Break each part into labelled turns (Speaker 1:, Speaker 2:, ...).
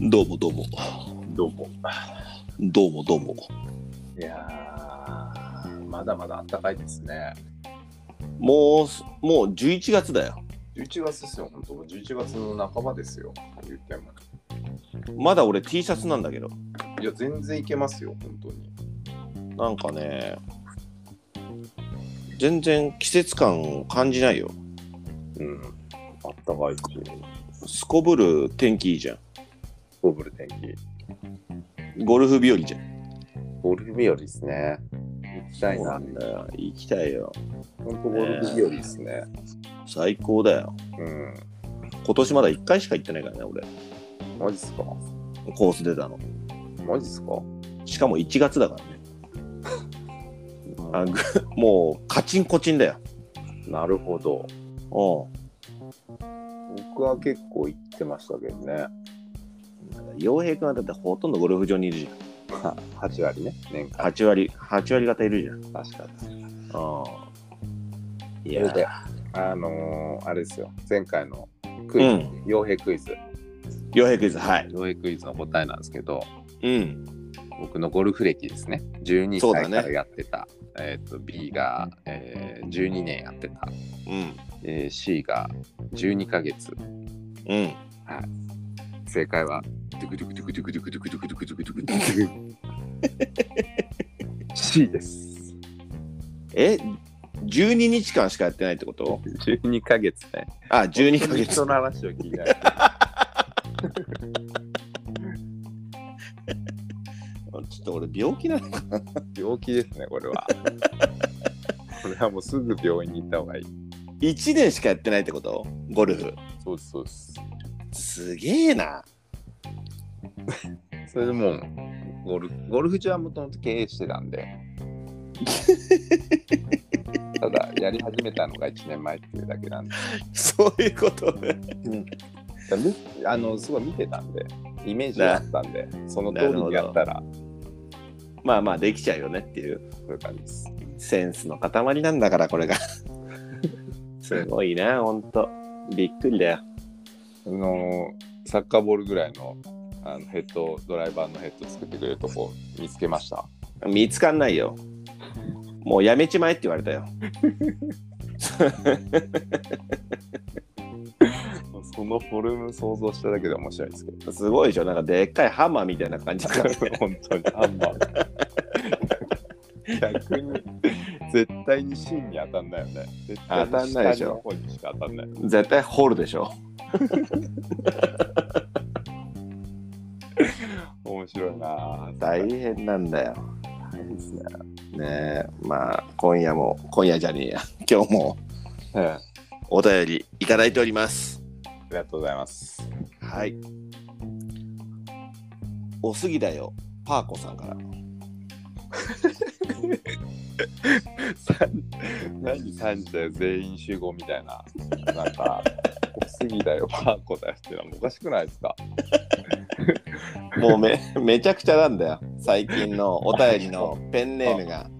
Speaker 1: どうもどうも
Speaker 2: どうも。
Speaker 1: どうもどうも
Speaker 2: いやー、まだまだ暖かいですね。
Speaker 1: もうすもう11月だよ
Speaker 2: 11月ですよ、本当。11月の半ばですよ、言っても。
Speaker 1: まだ俺 T シャツなんだけど
Speaker 2: いや、全然いけますよ、本当に。
Speaker 1: なんかね全然季節感を感じないよ
Speaker 2: うん。暖かいし、
Speaker 1: すこぶる天気いいじゃ
Speaker 2: ゴブル天気。
Speaker 1: んゴルフ日和じゃん
Speaker 2: ゴルフ日和ですね。行きたい
Speaker 1: そうな
Speaker 2: な。
Speaker 1: んだよ行きたいよ
Speaker 2: 本当ゴルフ日和ですね。
Speaker 1: 最高だよ
Speaker 2: う
Speaker 1: 今年まだ1回しか行ってないからね俺
Speaker 2: ん。マジっすか
Speaker 1: コース出たの
Speaker 2: マジっすか
Speaker 1: しかも1月だからねあぐもうカチンコチンだよ
Speaker 2: なるほど。
Speaker 1: お
Speaker 2: 僕は結構行ってましたけどね。
Speaker 1: うん洋平君はだってほとんどゴルフ場にいるじ
Speaker 2: 8割ね、年
Speaker 1: ゃん8割8割方いるじゃん
Speaker 2: 間。確かに。
Speaker 1: うん。い
Speaker 2: それで
Speaker 1: や、
Speaker 2: あのー、あれですよ、前回のク
Speaker 1: う
Speaker 2: イズ、
Speaker 1: ん。
Speaker 2: 傭兵クイズ、
Speaker 1: 洋平クイズ、はい。
Speaker 2: 傭兵クイズの答えなんですけど、
Speaker 1: うん。
Speaker 2: 僕のゴルフ歴ですね、12
Speaker 1: そうだ
Speaker 2: 歳
Speaker 1: ね
Speaker 2: からやってた、えっと B が、えー12年やってた、
Speaker 1: うん。
Speaker 2: えー C が12ヶ月、
Speaker 1: うん。
Speaker 2: 正解は、ドゥクドゥクドゥクドゥクドゥクドゥクドゥクドゥクドゥクドゥクドゥク C です。
Speaker 1: え ?12 日間しかやってないってこと
Speaker 2: 12ヶ月ね。
Speaker 1: あ、12ヶ
Speaker 2: 人
Speaker 1: 月。
Speaker 2: の話を聞いてない。
Speaker 1: ちょっと俺、病気なのか。
Speaker 2: 病気ですね、これは。これはもうすぐ病院に行った方がいい。
Speaker 1: 1年しかやってないってことゴルフ。
Speaker 2: そうです、そうです。
Speaker 1: すげえな。
Speaker 2: それでもうゴルゴルフ場はもともと経営してたん でただやり始めたのが1年前っていうだけなんで
Speaker 1: そういうこと。
Speaker 2: だからみあのすごい見てたんでイメージがあったんでその通りにやったら
Speaker 1: まあまあ、できちゃうよねっていう
Speaker 2: そういう感じです
Speaker 1: センスの塊なんだから、これ が。すごいな、ほんと。びっくりだよ。
Speaker 2: あのサッカーボールぐらいのあのヘッドドライバーのヘッド作ってくれるとこ見つけました
Speaker 1: 見つかんないよ。もうやめちまえって言われたよ。
Speaker 2: そのフォルム想像しただけで面白いですけど
Speaker 1: すごいでしょなんかでっかいハンマーみたいな感じだから
Speaker 2: 本当にハンマー逆に絶対に芯に当たんないよね絶対に
Speaker 1: 当たんないでしょ
Speaker 2: 下の方にしか当たんない
Speaker 1: 絶対掘るでしょ
Speaker 2: 面白いなぁ
Speaker 1: 大変なんだよ
Speaker 2: 大変ですね、
Speaker 1: ねえまあ今夜も今夜じゃねえや 今日も
Speaker 2: ええあ
Speaker 1: お便りいただいております
Speaker 2: りがとうございます
Speaker 1: はいおすぎだよパーコさんから
Speaker 2: 何3時だよ全員集合みたいななんかおすぎだよパーコだよってのはおかしくないですか
Speaker 1: もうめ めちゃくちゃなんだよ最近のお便りのペンネームが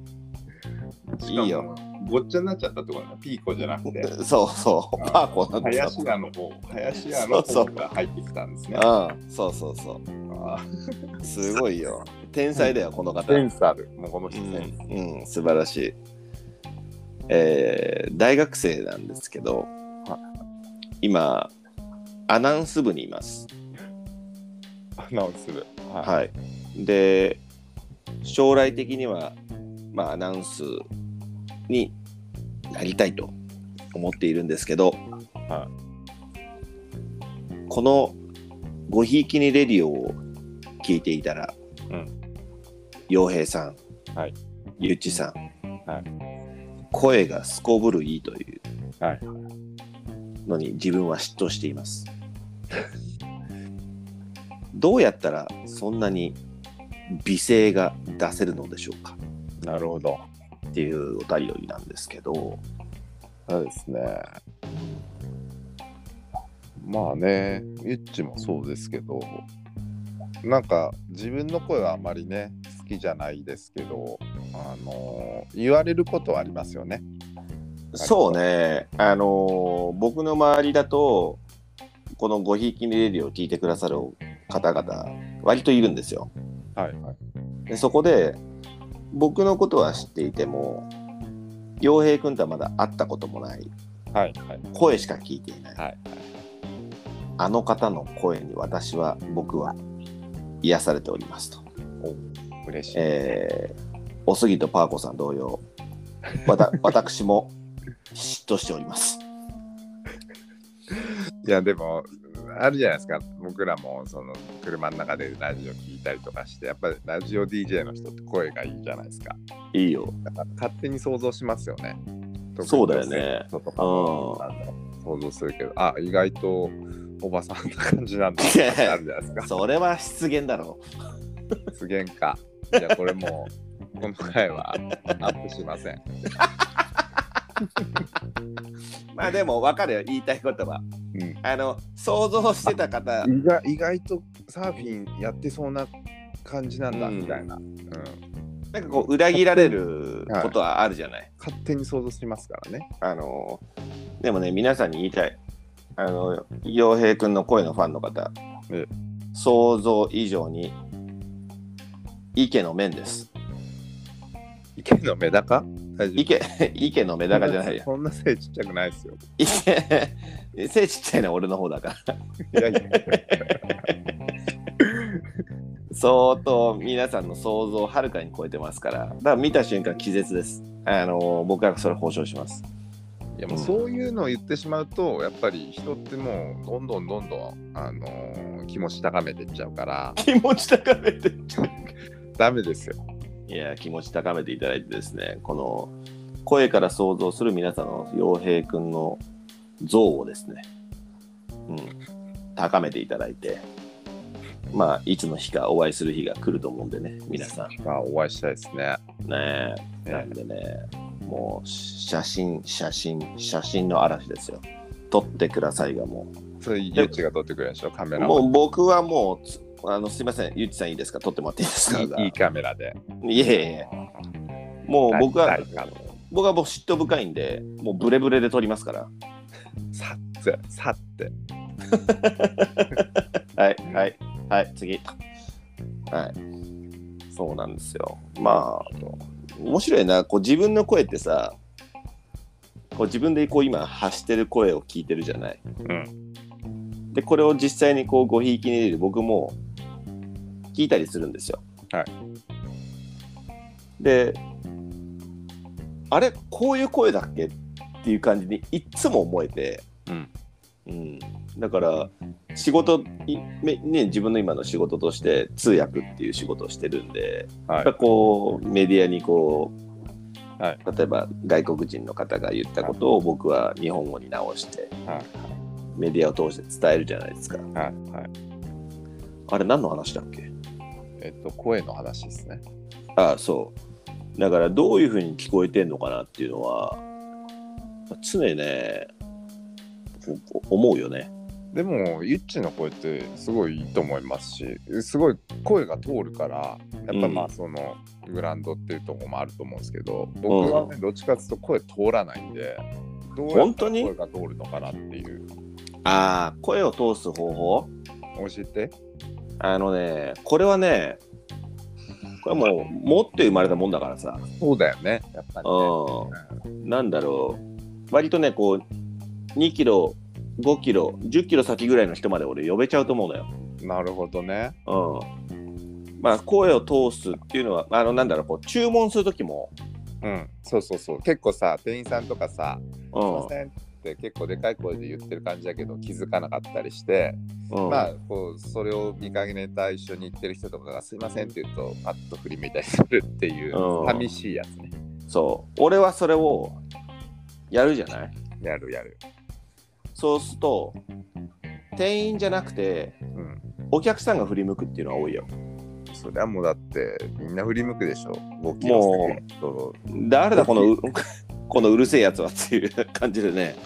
Speaker 1: いいよ
Speaker 2: ごっちゃになっちゃったってことねピーコじゃなくて
Speaker 1: そうそうパーコなんだよ
Speaker 2: 林家の方林家の方が入ってきたんですね
Speaker 1: うんそうそうそ
Speaker 2: あー
Speaker 1: うすごいよ天才だよこの方
Speaker 2: センスあるもうこの人センスある
Speaker 1: うん、うん素晴らしい、えー大学生なんですけど、
Speaker 2: は
Speaker 1: 今アナウンス部にいます、
Speaker 2: アナウンス部。は
Speaker 1: はい、で将来的には、まあ、アナウンスになりたいと思っているんですけど、
Speaker 2: は
Speaker 1: この「ごひいきにレディオ」を聞いていたら
Speaker 2: うん
Speaker 1: 洋、平さん、
Speaker 2: はい
Speaker 1: ゆっちさん
Speaker 2: はい
Speaker 1: 声がすこぶるいいという
Speaker 2: はい
Speaker 1: のに自分は嫉妬しています。どうやったらそんなに美声が出せるのでしょうか
Speaker 2: い。なるほど。
Speaker 1: っていうお便りなんですけど、
Speaker 2: そうですね。まあね、ゆっちもそうですけど、なんか自分の声はあまりね、好きじゃないですけど、あの言われることはありますよね。
Speaker 1: そうね、あのー僕の周りだと、このごひいきにレディを聞いてくださる方々割といるんですよ
Speaker 2: はいはい
Speaker 1: でそこで僕のことは知っていても洋平君とはまだ会ったこともない
Speaker 2: はいはい
Speaker 1: 声しか聞いていない、
Speaker 2: はい
Speaker 1: あの方の声に私は僕は癒されておりますと、
Speaker 2: 嬉しい、
Speaker 1: えー、おすぎとパーコさん同様わた私も嫉妬しております
Speaker 2: いやでもあるじゃないですか僕らもその車の中でラジオ聞いたりとかしてやっぱりラジオ DJ の人って声がいいじゃないですか
Speaker 1: いいよ
Speaker 2: だから勝手に想像しますよね特に
Speaker 1: そうだよね
Speaker 2: 女性の人とかもあの想像するけどあ意外とおばさんな感じなんだってあるじゃないですか
Speaker 1: それは失言だろ
Speaker 2: 発言か。いや、これもう、この回はアップしません。
Speaker 1: うまあでも分かるよ言いたいことは
Speaker 2: うん
Speaker 1: あの想像してた方
Speaker 2: 意外意外とサーフィンやってそうな感じなんだ、
Speaker 1: うん
Speaker 2: みたいな、うん。
Speaker 1: なんかこう裏切られることはあるじゃない、
Speaker 2: 勝手に想像しますからね。
Speaker 1: あのでもね皆さんに言いたいあの洋平君の声のファンの方、
Speaker 2: ええ
Speaker 1: 想像以上に池の面です
Speaker 2: 池のメダカ大丈夫
Speaker 1: 池 池のメダカじゃないよ
Speaker 2: そんな背ちっちゃくないですよ。
Speaker 1: 池背ちっちゃいのは俺の方だから
Speaker 2: いやいや、
Speaker 1: 相当皆さんの想像をはるかに超えてますからだから見た瞬間気絶ですあの僕はそれ保証します
Speaker 2: いやもうそういうのを言ってしまうと、やっぱり人ってもう、どんどんどんどん、あのー気持ち高めてっちゃうから、
Speaker 1: 気持ち高めて
Speaker 2: ダメですよ。
Speaker 1: いや気持ち高めていただいてですねこの声から想像する皆さんの洋平くんの像をですね、うん、高めていただいてまあいつの日かお会いする日が来ると思うんでね皆さん
Speaker 2: まあ、お会いしたいですね。
Speaker 1: ねえなんでねもう写真写真写真の嵐ですよ撮ってくださいがも
Speaker 2: それ、ゆうちが撮ってくれるでしょ、カメ
Speaker 1: う
Speaker 2: ラ
Speaker 1: も
Speaker 2: を。
Speaker 1: う僕はもうつあのすいませんゆっちさんいいですか撮ってもらっていいですか
Speaker 2: いいいカメラで。
Speaker 1: いえいえもう僕は
Speaker 2: 大体
Speaker 1: 僕はもう嫉妬深いんで、もうブレブレで撮りますから。
Speaker 2: さって、さって。
Speaker 1: はい、はい、はい、次。はい。そうなんですよ。まあ、面白いな。こう自分の声ってさ、こう自分でこう今発してる声を聞いてるじゃない。
Speaker 2: うん。
Speaker 1: で、これを実際にこうごひいきに入れる僕も聞いたりするんですよ。
Speaker 2: はい。
Speaker 1: で、あれこういう声だっけっていう感じにいっつも思えて。
Speaker 2: うん。
Speaker 1: うん、だから仕事いめね、自分の今の仕事として通訳っていう仕事をしてるんで、
Speaker 2: は
Speaker 1: やっぱ
Speaker 2: い。
Speaker 1: こうメディアにこう、
Speaker 2: はい
Speaker 1: 例えば外国人の方が言ったことを僕は日本語に直して
Speaker 2: はい。
Speaker 1: メディアを通して伝えるじゃないですか
Speaker 2: はい。はい。
Speaker 1: あれ何の話だっけ
Speaker 2: えっと、声の話ですね。
Speaker 1: ああそうだからどういうふうに聞こえてんのかなっていうのは常にねお思うよね
Speaker 2: でも、ゆっちの声ってすごいいいと思いますし、すごい声が通るから、やっぱま
Speaker 1: う
Speaker 2: あ、その、グラウンドっていうところもあると思うんですけど、僕はね、どっちかっていうと声通らないんで、どうやっ
Speaker 1: 本
Speaker 2: た
Speaker 1: 当
Speaker 2: ら
Speaker 1: に
Speaker 2: 声が通るのかなっていう、
Speaker 1: ああ声を通す方法
Speaker 2: 教えて。
Speaker 1: あのね、これはね、これはもう持って生まれたもんだからさ、
Speaker 2: そうだよね、やっぱりね。
Speaker 1: うなんだろう、割とね、こう、2キロ、5キロ、10キロ先ぐらいの人まで俺呼べちゃうと思うの
Speaker 2: うんなるほどね。
Speaker 1: よ。うん。まあ、声を通すっていうのは、あの、なんだろう、こう、注文するときも、
Speaker 2: うん、そうそうそう。結構さ、店員さんとかさ、
Speaker 1: う
Speaker 2: すいま
Speaker 1: ん
Speaker 2: せんって結構でかい声で言ってる感じだけど気づかなかったりして、
Speaker 1: うん。
Speaker 2: まあこうそれを見かけた一緒に行ってる人とかが「すいません」って言うとパッと振り向いたりするっていう
Speaker 1: うん
Speaker 2: 寂しいやつね。
Speaker 1: そう。俺はそれをやるじゃない
Speaker 2: やるやる。
Speaker 1: そうすると、店員じゃなくて、
Speaker 2: うん。
Speaker 1: お客さんが振り向くっていうのは多いよ。
Speaker 2: それはもうだってみんな振り向くでしょ。5キ
Speaker 1: もう
Speaker 2: ロ先と
Speaker 1: 誰だこのう このうるせえやつはっていう感じでね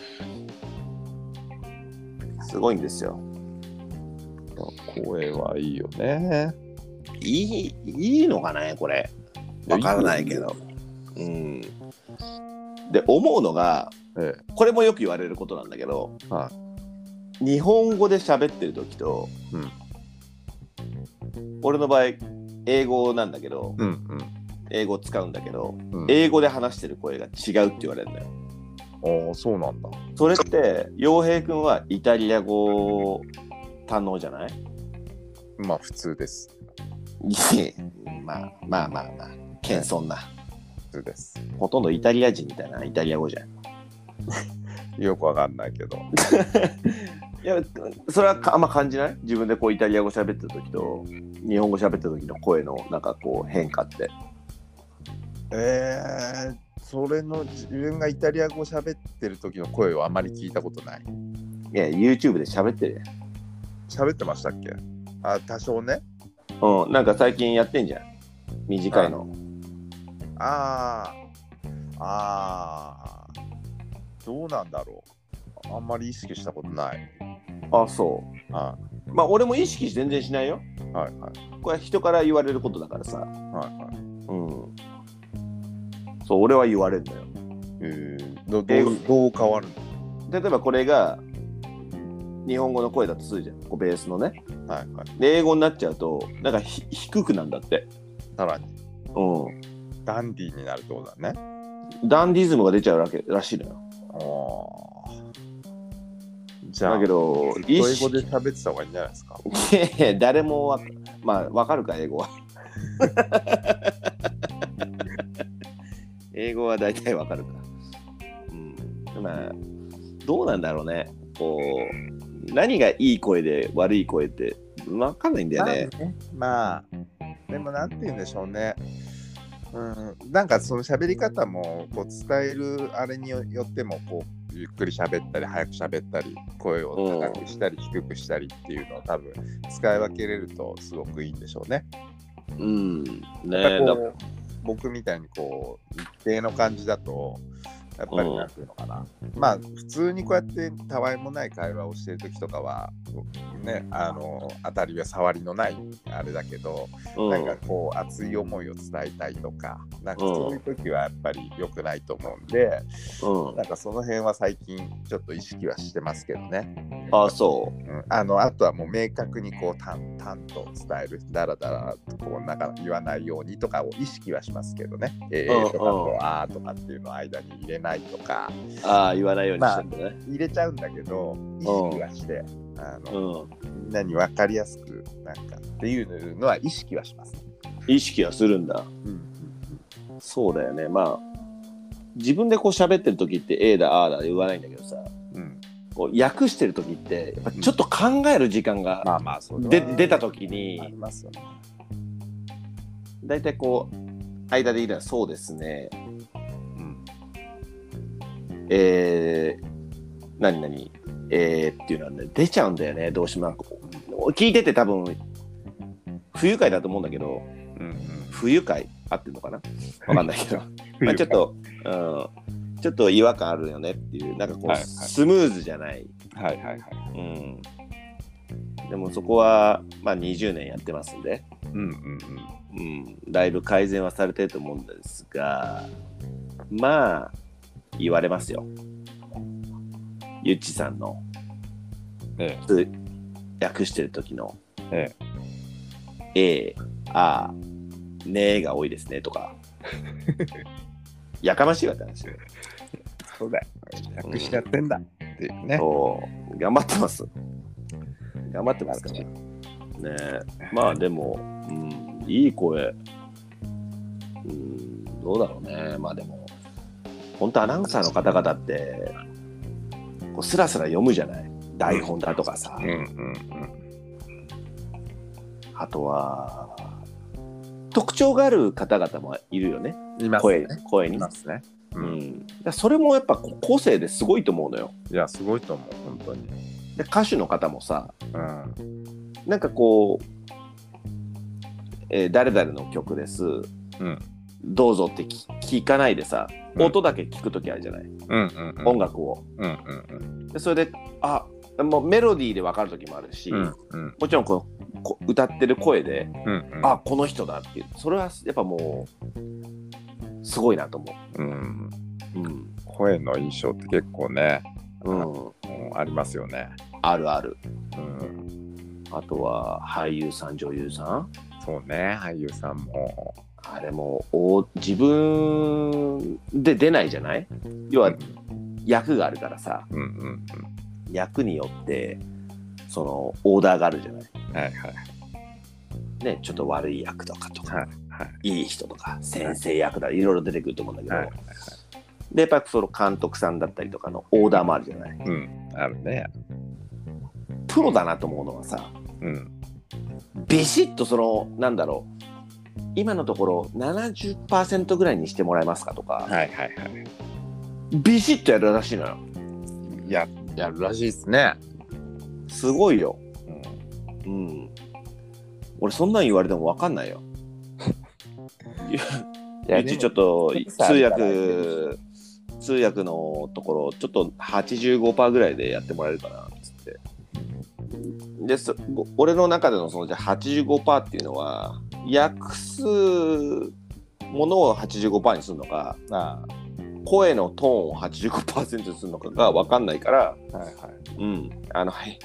Speaker 1: すごいんですよ
Speaker 2: 声はいいよね。
Speaker 1: いいいいのかねこれわからないけどうんで思うのが
Speaker 2: え
Speaker 1: これもよく言われることなんだけど
Speaker 2: え。は
Speaker 1: 日本語で喋ってる時と、
Speaker 2: うん
Speaker 1: 俺の場合英語なんだけど
Speaker 2: うん
Speaker 1: 英語使うんだけど
Speaker 2: うんうん。
Speaker 1: 英語で話してる声が違うって言われるんだよ
Speaker 2: ああ、そうなんだ。
Speaker 1: それって洋平君はイタリア語堪能じゃない
Speaker 2: まあ普通です。
Speaker 1: いえ まあまあまあまあ謙遜な
Speaker 2: 普通です。
Speaker 1: ほとんどイタリア人みたいなイタリア語じゃん
Speaker 2: よくわかんないけど。
Speaker 1: いやそれはかあんま感じない自分でこうイタリア語喋ってる時と日本語喋ってる時の声のなんかこう変化って
Speaker 2: えー、それの自分がイタリア語喋ってる時の声をあまり聞いたことない。
Speaker 1: いや YouTube で喋ってる
Speaker 2: 喋ってましたっけあ、多少ね。
Speaker 1: やんうんなんか最近やってんじゃん短いの
Speaker 2: ああ。ああ。どうなんだろう。あんまり意識したことない。
Speaker 1: あそ
Speaker 2: は
Speaker 1: うまあ俺も意識全然しないよ
Speaker 2: いはいはい
Speaker 1: これは人から言われることだからさ
Speaker 2: はいはい。
Speaker 1: うんそう俺は言われるんだよ
Speaker 2: えー、どど
Speaker 1: 英語
Speaker 2: うどう変わる
Speaker 1: 例えばこれが日本語の声だとするじゃんこうベースのね
Speaker 2: のはいはい。
Speaker 1: で英語になっちゃうとなんかひ低くなんだって
Speaker 2: さらに、
Speaker 1: うん
Speaker 2: ダンディーになるってことだね。
Speaker 1: ダンディズムが出ちゃうらけらしいのよ。
Speaker 2: あーじゃあ、
Speaker 1: だけど
Speaker 2: ずっ、と
Speaker 1: 意
Speaker 2: 英語
Speaker 1: 識
Speaker 2: で喋ってた方がいいんじゃないですか。
Speaker 1: いやいや 誰もわか、まあ、わかるか、英語 は。英語は大体わかるか。うん、まあ、どうなんだろうね。こう、何がいい声で悪い声って、わかんないんだよね。
Speaker 2: まあ、でもなんて言うんでしょうね。うん、なんかその喋り方もこう伝えるあれによってもこうゆっくり喋ったり早く喋ったり声を高くしたり低くしたりっていうのを多分使い分けれるとすごくいいんでしょうね。
Speaker 1: うん。ね
Speaker 2: やっぱ
Speaker 1: だ
Speaker 2: こう僕みたいにこう一定の感じだとやっぱりなんていうのかな、まあ普通にこうやってたわいもない会話をしてる時とかはねあの当たりは触りのないあれだけど、
Speaker 1: うん
Speaker 2: なんかこう熱い思いを伝えたいとかなんかそういう時はやっぱり良くないと思うんで、
Speaker 1: うん
Speaker 2: なんかその辺は最近ちょっと意識はしてますけどね、
Speaker 1: あ、そう。
Speaker 2: うん、あのあとはもう明確にこう淡々と伝えるだらだらとこうなんか言わないようにとかを意識はしますけどね「ええ
Speaker 1: うんう
Speaker 2: とか
Speaker 1: ん
Speaker 2: と「あー」とかっていうのを間に入れないとか
Speaker 1: ああ、言わないようにしてんだね。
Speaker 2: 入れちゃうんだけど意識はして、あのみんなに分かりやすくなんかっていうのは意識はします。
Speaker 1: うん。意識はするんだ。そうだよね。まあ、自分でこう喋ってる時って A だ、ああだ言わないんだけどさ、
Speaker 2: うん、
Speaker 1: こう訳してる時って、やっぱちょっと考える時間が
Speaker 2: まあまあそう
Speaker 1: で出た時
Speaker 2: あり
Speaker 1: に、
Speaker 2: ますよね。
Speaker 1: 大体こう、間でいいのはそうですね、
Speaker 2: うん、
Speaker 1: えー、何々、えーっていうのはね、出ちゃうんだよね、どうしてもなんかこう。聞いてて多分、不愉快だと思うんだけど、
Speaker 2: うん
Speaker 1: 不愉快合ってるのかなわかんない けど。
Speaker 2: うん
Speaker 1: まあ、ちょっと、うん、ちょっと違和感あるよねっていう、なんかこう、
Speaker 2: はいはい
Speaker 1: スムーズじゃない。
Speaker 2: はいはいはい。
Speaker 1: うん、でもそこは、まあ、20年やってますんで、
Speaker 2: うんうんうん。
Speaker 1: うん、だいぶ改善はされてると思うんですが、まあ、言われますよ。ゆっちさんの
Speaker 2: え
Speaker 1: つ訳してる時の、
Speaker 2: え
Speaker 1: ええああ、ねえが多いですねと か。やかましいわって話。
Speaker 2: そうだよ。略しちゃってんだっていうね。
Speaker 1: そう頑張ってます。頑張ってますから。ねえまあでも、うん、いい声、うん、どうだろうね。まあでも、本当アナウンサーの方々って、こうスラスラ読むじゃない台本だとかさ、
Speaker 2: うんうん
Speaker 1: あとは、特徴がある方々もいるよね、
Speaker 2: うん。います
Speaker 1: 声
Speaker 2: ね。
Speaker 1: 声
Speaker 2: い
Speaker 1: に。
Speaker 2: ますね。う。
Speaker 1: うんん、だからそれもやっぱこう個性ですごいと思うのよ。
Speaker 2: いや、すごいと思う、本当に。
Speaker 1: で歌手の方もさ、
Speaker 2: うん。
Speaker 1: なんかこう、えー誰々の曲です、
Speaker 2: ん
Speaker 1: どうぞってき聞かないでさ、
Speaker 2: うん
Speaker 1: 音だけ聞くときあるじゃない、
Speaker 2: うんうんうん。
Speaker 1: 音楽を。
Speaker 2: うんうん
Speaker 1: でそれで、あもうメロディーで分かるときもあるし、
Speaker 2: うん。うんうん
Speaker 1: もちろんこのこ歌ってる声で、
Speaker 2: うんうん。
Speaker 1: あこの人だっていう、それはやっぱもう、すごいなと思
Speaker 2: うん。
Speaker 1: う。うん
Speaker 2: 声の印象って結構ね、
Speaker 1: うん、
Speaker 2: うんありますよね。
Speaker 1: あるある。
Speaker 2: うん。
Speaker 1: あとは俳優さん、女優さん、
Speaker 2: そうね、俳優さんも。
Speaker 1: あれもお自分で出ないじゃない要は役があるからさ
Speaker 2: うんうん
Speaker 1: 役によってそのオーダーがあるじゃない、
Speaker 2: うん。はいはい。
Speaker 1: ね、ちょっと悪い役とかとか、、
Speaker 2: はいはい
Speaker 1: い人とか先生役だいろいろ出てくると思うんだけど、
Speaker 2: はい
Speaker 1: でやっぱりその監督さんだったりとかのオーダーもあるじゃない
Speaker 2: うん。あるね。
Speaker 1: プロだなと思うのはさ
Speaker 2: うん。
Speaker 1: ビシッとそのなんだろう今のところ70%ぐらいにしてもらえますかとか、
Speaker 2: はいはいはい。
Speaker 1: ビシッとやるらしいのよ
Speaker 2: や、やるらしいですね。
Speaker 1: すごいよ
Speaker 2: うん。
Speaker 1: うん。俺、そんなん言われても分かんないよ。 いや、一応ちょっと
Speaker 2: でも
Speaker 1: 通訳、通訳のところ、ちょっと85%ぐらいでやってもらえるかな、つって。で、そご俺の中でのそのじゃあ85%っていうのは、訳すものを85%にするのか、
Speaker 2: あ
Speaker 1: 声のトーンを85%にするのかが分かんないから、
Speaker 2: あ。はいはい。
Speaker 1: うん、あの、はい、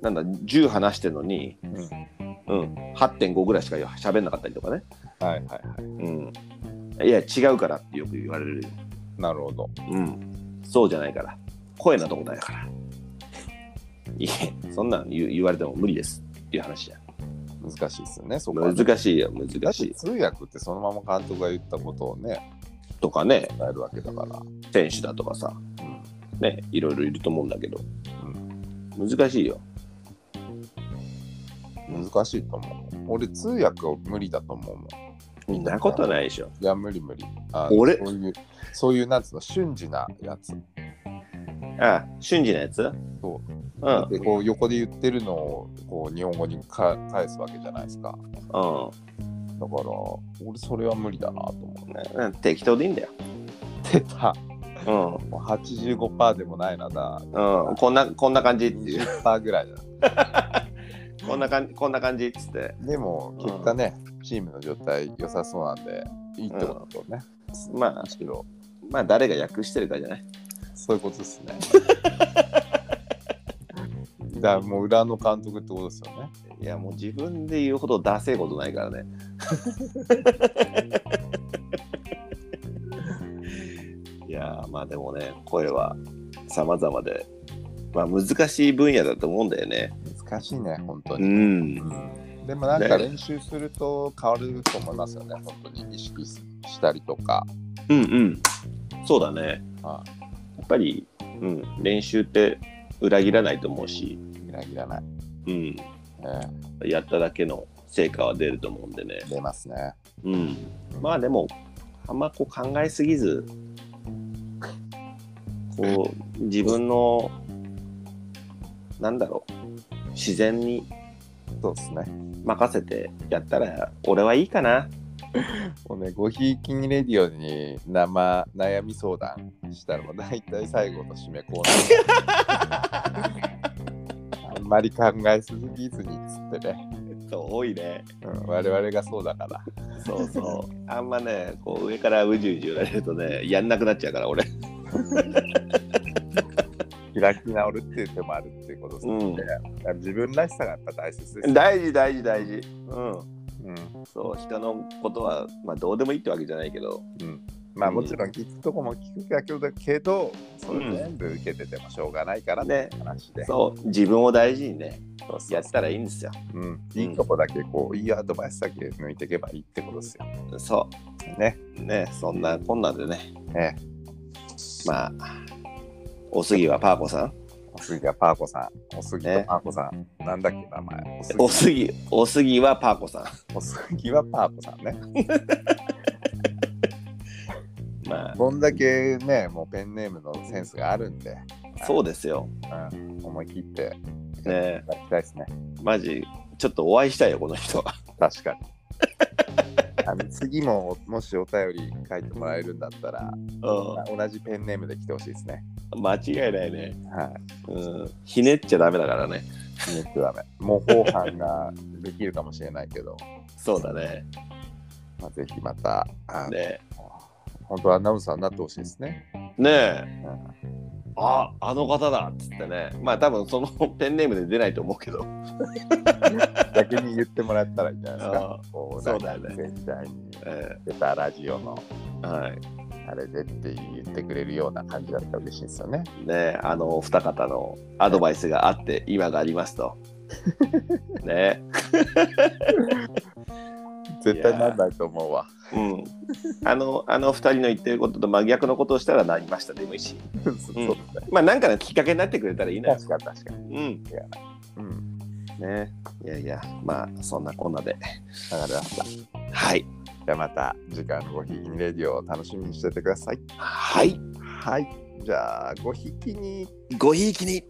Speaker 1: なんだ、10話してるのに、
Speaker 2: うん。
Speaker 1: うん、8.5ぐらいしか喋んなかったりとかね、
Speaker 2: はいはいは
Speaker 1: うん、いや違うからってよく言われる、
Speaker 2: い。なるほど。
Speaker 1: うん、そうじゃないから声のとこだからいえそんなん言う言われても無理ですっていう話じゃ
Speaker 2: 難しいですよね、そこはね、
Speaker 1: 難しいよ
Speaker 2: だ
Speaker 1: 難
Speaker 2: っ
Speaker 1: してい
Speaker 2: 通訳ってそのまま監督が言ったことをね、
Speaker 1: とかね
Speaker 2: 伝えるわけだから。
Speaker 1: 選手だとかさ
Speaker 2: うん
Speaker 1: ねいろいろいると思うんだけど、難しいよ
Speaker 2: 難しいと思う。俺、通訳を無理だと思うもん。
Speaker 1: そんなことないでしょ
Speaker 2: いや、無理無理。あ
Speaker 1: 俺
Speaker 2: そういう、そういう、なんつうの、瞬時なやつ。
Speaker 1: ああ瞬時のやつ
Speaker 2: そう
Speaker 1: うん
Speaker 2: で、こう、横で言ってるのを、こう、日本語にか返すわけじゃないですか。
Speaker 1: う
Speaker 2: だから、俺、それは無理だなと思うね。
Speaker 1: んうん適当でいいんだよ
Speaker 2: 出た。
Speaker 1: うん
Speaker 2: もう85%でもないなだ。
Speaker 1: うん、こんなこんな感じっていう
Speaker 2: 20%ぐらいだ。
Speaker 1: こんな感じこんな感じっつって
Speaker 2: でも、結果ね、チームの状態良さそうなんで、いいってことだよね。
Speaker 1: まあ
Speaker 2: むしろ、
Speaker 1: まあ誰が訳してるかじゃない。
Speaker 2: そういうことです ね。だからもう裏の監督ってことですよね。
Speaker 1: いやもう自分で言うほどダセえことないからね。いやーまあでもね声は様々で、まあ、難しい分野だと思うんだよね。
Speaker 2: 難しいね、本当
Speaker 1: う
Speaker 2: に。
Speaker 1: ん
Speaker 2: でもなんか
Speaker 1: ね
Speaker 2: 練習すると変わると思いますよね、本当に意識したりとか。
Speaker 1: うんうんそうだね。
Speaker 2: あ
Speaker 1: やっぱり、うん、練習って裏切らないと思うし、
Speaker 2: ギラギラない。
Speaker 1: うん、
Speaker 2: えー
Speaker 1: やっただけの成果は出ると思うんでね。
Speaker 2: 出ますね。
Speaker 1: うん、まあでもあんまこう考えすぎずこう自分のなんだろう自然に
Speaker 2: そうですね。
Speaker 1: 任せてやったら俺はいいかな
Speaker 2: もうね、ごひいきにレディオに生悩み相談したらもう大体最後の締めコー ナー。あんまり考えすぎずにっつってね、
Speaker 1: そう多いね
Speaker 2: うん、我々がそうだから。
Speaker 1: そうそう あんまねこう上からうじうじ言われるとねやんなくなっちゃうから俺
Speaker 2: 開き直るっていう手もあるっていうことですね。
Speaker 1: うん
Speaker 2: だから自分らしさがやっぱ大切ですね、
Speaker 1: 大事大事大事うん
Speaker 2: うん
Speaker 1: そう人のことは、まあ、どうでもいいってわけじゃないけど
Speaker 2: うん、まあ
Speaker 1: うん
Speaker 2: もちろん聞くとこも聞くけど、それ全部受けててもしょうがないから
Speaker 1: ね、
Speaker 2: ね話で。
Speaker 1: そう自分を大事にね
Speaker 2: そうそう
Speaker 1: やったらいいんですよ
Speaker 2: うん、いいとこだけこう、いいアドバイスだけ抜いていけばいいってことですよ。
Speaker 1: そう
Speaker 2: ね。
Speaker 1: ねそんなこんなんでね、
Speaker 2: ええ
Speaker 1: まあ、おすぎはパーコさん、
Speaker 2: おすぎはパーコさん。おすぎと
Speaker 1: ね
Speaker 2: パーコさん。なんだっけ名前おす
Speaker 1: おすぎ、おすぎはパーコさ
Speaker 2: ぎおすぎはパーコさんね。
Speaker 1: ん。ま
Speaker 2: どんだけね、もうペンネームのセンスがあるんで、
Speaker 1: あ、そうですよ。
Speaker 2: うん、思い切って
Speaker 1: ね
Speaker 2: いただきたいですね。
Speaker 1: マジ、ちょっとお会いしたいよ、この人は。
Speaker 2: 確 かに。あの次ももしお便り書いてもらえるんだったら、同じペンネームで来てほしいですね。
Speaker 1: うん、間違いないね。
Speaker 2: は
Speaker 1: うん、ひねっちゃダメだからね。
Speaker 2: い。ネットダメ。模倣犯ができるかもしれないけど、
Speaker 1: そうだね。
Speaker 2: まあ、ぜひまた、あの
Speaker 1: ね
Speaker 2: 本当はアナウンサーになってほしいですね。
Speaker 1: ねえ、
Speaker 2: うん
Speaker 1: ああの方だっつってねまあ多分その ペンネームで出ないと思うけど
Speaker 2: 逆に言ってもらったらいいんじゃないですか。こ
Speaker 1: そうだよね
Speaker 2: なんか絶対に
Speaker 1: え
Speaker 2: 出たラジオの
Speaker 1: ーはい
Speaker 2: あれでって言ってくれるような感じだったら嬉しいですよね。
Speaker 1: ねあのお二方のアドバイスがあって今があります とね
Speaker 2: 絶対なんないと思うわ。
Speaker 1: うんあのあの二人の言ってることと真逆のことをしたらなりましたでもいいし
Speaker 2: そうそう
Speaker 1: うんまあなんかのきっかけになってくれたらいいな
Speaker 2: 確かに確かに。
Speaker 1: うん
Speaker 2: うん。
Speaker 1: ねいやいやまあそんなこんなで
Speaker 2: わかりました。じ
Speaker 1: はい
Speaker 2: ゃあまた次回のごひいきにレディオを楽しみにしててください。
Speaker 1: はい
Speaker 2: はい。じゃあごひいきに。
Speaker 1: ごひいきに